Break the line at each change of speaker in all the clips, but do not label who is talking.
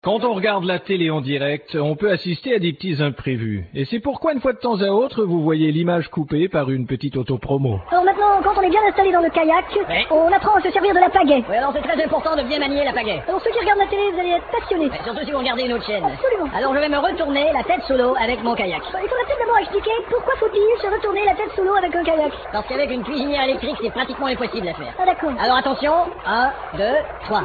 Quand on regarde la télé en direct, on peut assister à des petits imprévus. Et c'est pourquoi une fois de temps à autre, vous voyez l'image coupée par une petite autopromo.
Alors maintenant, quand on est bien installé dans le kayak,
Ouais.
on apprend à se servir de la pagaie.
Oui, alors c'est très important de bien manier la pagaie.
Alors ceux qui regardent la télé, vous allez être passionnés.
Mais surtout si vous regardez une autre chaîne.
Absolument.
Alors je vais me retourner la tête sous l'eau avec mon kayak.
Bah, Il faudrait peut-être d'abord expliquer pourquoi faut-il se retourner la tête sous l'eau avec un kayak.
Parce qu'avec une cuisinière électrique, c'est pratiquement impossible à faire.
Ah d'accord.
Alors attention, 1, 2, 3.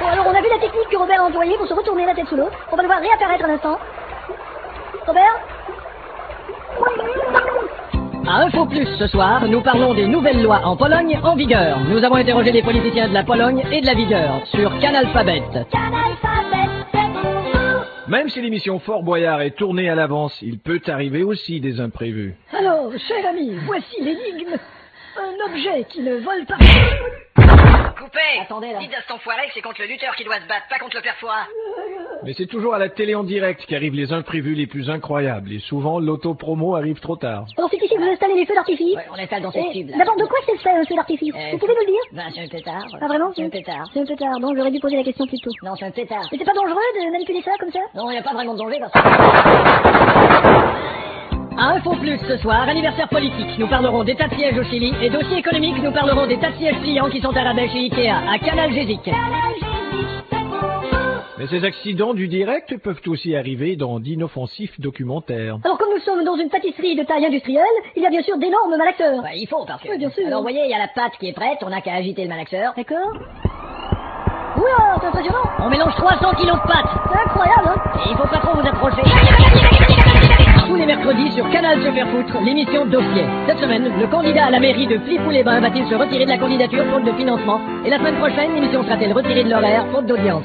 Bon, alors on a vu la technique que Robert a employée pour se retourner la tête sous l'eau. On va le voir réapparaître un instant. Robert
À Info Plus ce soir, nous parlons des nouvelles lois en Pologne en vigueur. Nous avons interrogé des politiciens de la Pologne et de la vigueur sur Canalphabet.
Même si l'émission Fort Boyard est tournée à l'avance, il peut arriver aussi des imprévus.
Alors, cher ami, voici l'énigme. Un objet qui ne vole pas.
Coupé
Attendez, là.
Dites à cet enfoiré que c'est contre le lutteur qui doit se battre, pas contre le père Fouras.
Mais c'est toujours à la télé en direct qu'arrivent les imprévus les plus incroyables. Et souvent, l'autopromo arrive trop tard.
Alors c'est ici que vous installez les feux d'artifice.
Ouais, on installe dans son
Et
cube, là.
Eh, D'abord, de quoi c'est fait un feu d'artifice
Euh,
Vous pouvez nous le dire
Ben, c'est un pétard.
Ah vraiment
C'est un pétard.
C'est un pétard. Bon, j'aurais dû poser la question plus tôt.
Non, c'est un pétard.
Mais c'est pas dangereux de manipuler ça comme ça
Non, il n'y a pas vraiment de danger parce que... À Info Plus ce soir, anniversaire politique, nous parlerons des tas de sièges au Chili et dossier économique, nous parlerons des tas de sièges clients qui sont à rabais chez Ikea, à Canal Gésique.
Mais ces accidents du direct peuvent aussi arriver dans d'inoffensifs documentaires.
Alors comme nous sommes dans une pâtisserie de taille industrielle, il y a bien sûr d'énormes malacteurs.
Ouais, il faut parce que...
Oui, bien sûr.
Alors, vous voyez, il y a la pâte qui est prête, on n'a qu'à agiter le malaxeur.
D'accord Oula, c'est impressionnant
On mélange 300 kilos de pâte
C'est incroyable, hein
et il faut pas trop vous approcher. Tous les mercredis sur Canal Se Faire Foutre, l'émission Dossier. Cette semaine, le candidat à la mairie de Flipou-les-Bains va-t-il se retirer de la candidature faute de financement Et la semaine prochaine, l'émission sera-t-elle retirée de l'horaire faute d'audience